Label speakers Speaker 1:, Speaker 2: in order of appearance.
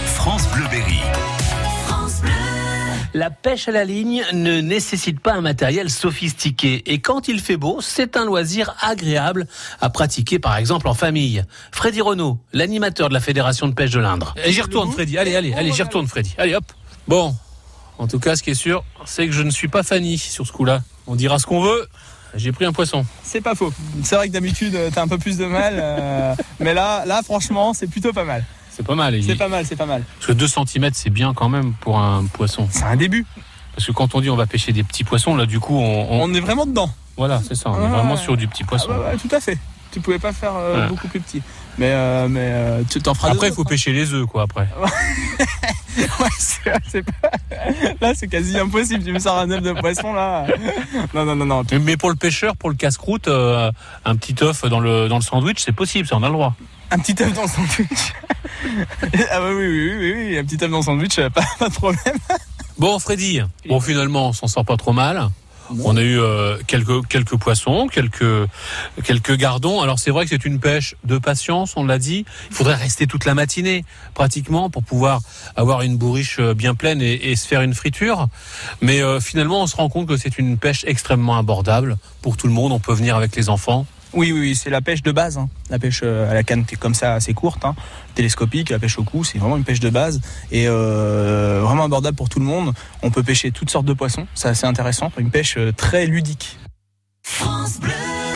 Speaker 1: France Bleu Berry.
Speaker 2: La pêche à la ligne ne nécessite pas un matériel sophistiqué et quand il fait beau, c'est un loisir agréable à pratiquer par exemple en famille. Freddy Renault, l'animateur de la Fédération de pêche de l'Indre. Et j'y retourne Freddy, allez, allez, allez, j'y retourne Freddy. Allez hop. Bon, en tout cas ce qui est sûr, c'est que je ne suis pas Fanny sur ce coup-là. On dira ce qu'on veut. J'ai pris un poisson.
Speaker 3: C'est pas faux. C'est vrai que d'habitude, euh, t'as un peu plus de mal. euh, mais là, là, franchement, c'est plutôt pas mal.
Speaker 2: C'est pas mal.
Speaker 3: C'est
Speaker 2: il-
Speaker 3: pas mal, c'est pas mal.
Speaker 2: Parce que 2 cm, c'est bien quand même pour un poisson.
Speaker 3: C'est un début.
Speaker 2: Parce que quand on dit on va pêcher des petits poissons, là, du coup, on. on-
Speaker 3: On est vraiment dedans.
Speaker 2: Voilà, c'est ça. On est
Speaker 3: Ah.
Speaker 2: vraiment sur du petit
Speaker 3: Ah
Speaker 2: poisson.
Speaker 3: bah ouais, tout à fait. Tu pouvais pas faire euh,
Speaker 2: Ouais.
Speaker 3: beaucoup plus petit. Mais, euh, mais euh, tu t'en feras
Speaker 2: Après, il
Speaker 3: deux
Speaker 2: faut pêcher les œufs, quoi, après.
Speaker 3: autres. Ouais, c'est- c'est pas- Là, c'est quasi impossible. Tu me sors un œuf de poisson, là. Non, non, non, non.
Speaker 2: Mais- Mais pour le pêcheur, pour le casse-croûte, euh, un petit œuf dans le, dans le sandwich, c'est possible, ça, on a le droit.
Speaker 3: Un petit œuf dans le sandwich. ah, bah oui, oui, oui, oui, oui. Un petit œuf dans le sandwich, euh, pas, pas de problème.
Speaker 2: Bon, Freddy, bon, finalement, on s'en sort pas trop mal.
Speaker 3: Non.
Speaker 2: On a eu euh, quelques, quelques poissons, quelques, quelques gardons. Alors, c'est vrai que c'est une pêche de patience, on l'a dit. Il faudrait rester toute la matinée, pratiquement, pour pouvoir avoir une bourriche euh, bien pleine et, et se faire une friture. Mais euh, finalement, on se rend compte que c'est une pêche extrêmement abordable pour tout le monde. On peut venir avec les enfants.
Speaker 3: Oui, oui, oui, c'est la pêche de base. hein. La pêche euh, à la canne, t'es comme ça, assez courte, hein. télescopique, la pêche au cou, c'est vraiment une pêche de base et euh, vraiment abordable pour tout le monde. On peut pêcher toutes sortes de poissons, c'est assez intéressant. Une pêche euh, très ludique.
Speaker 1: France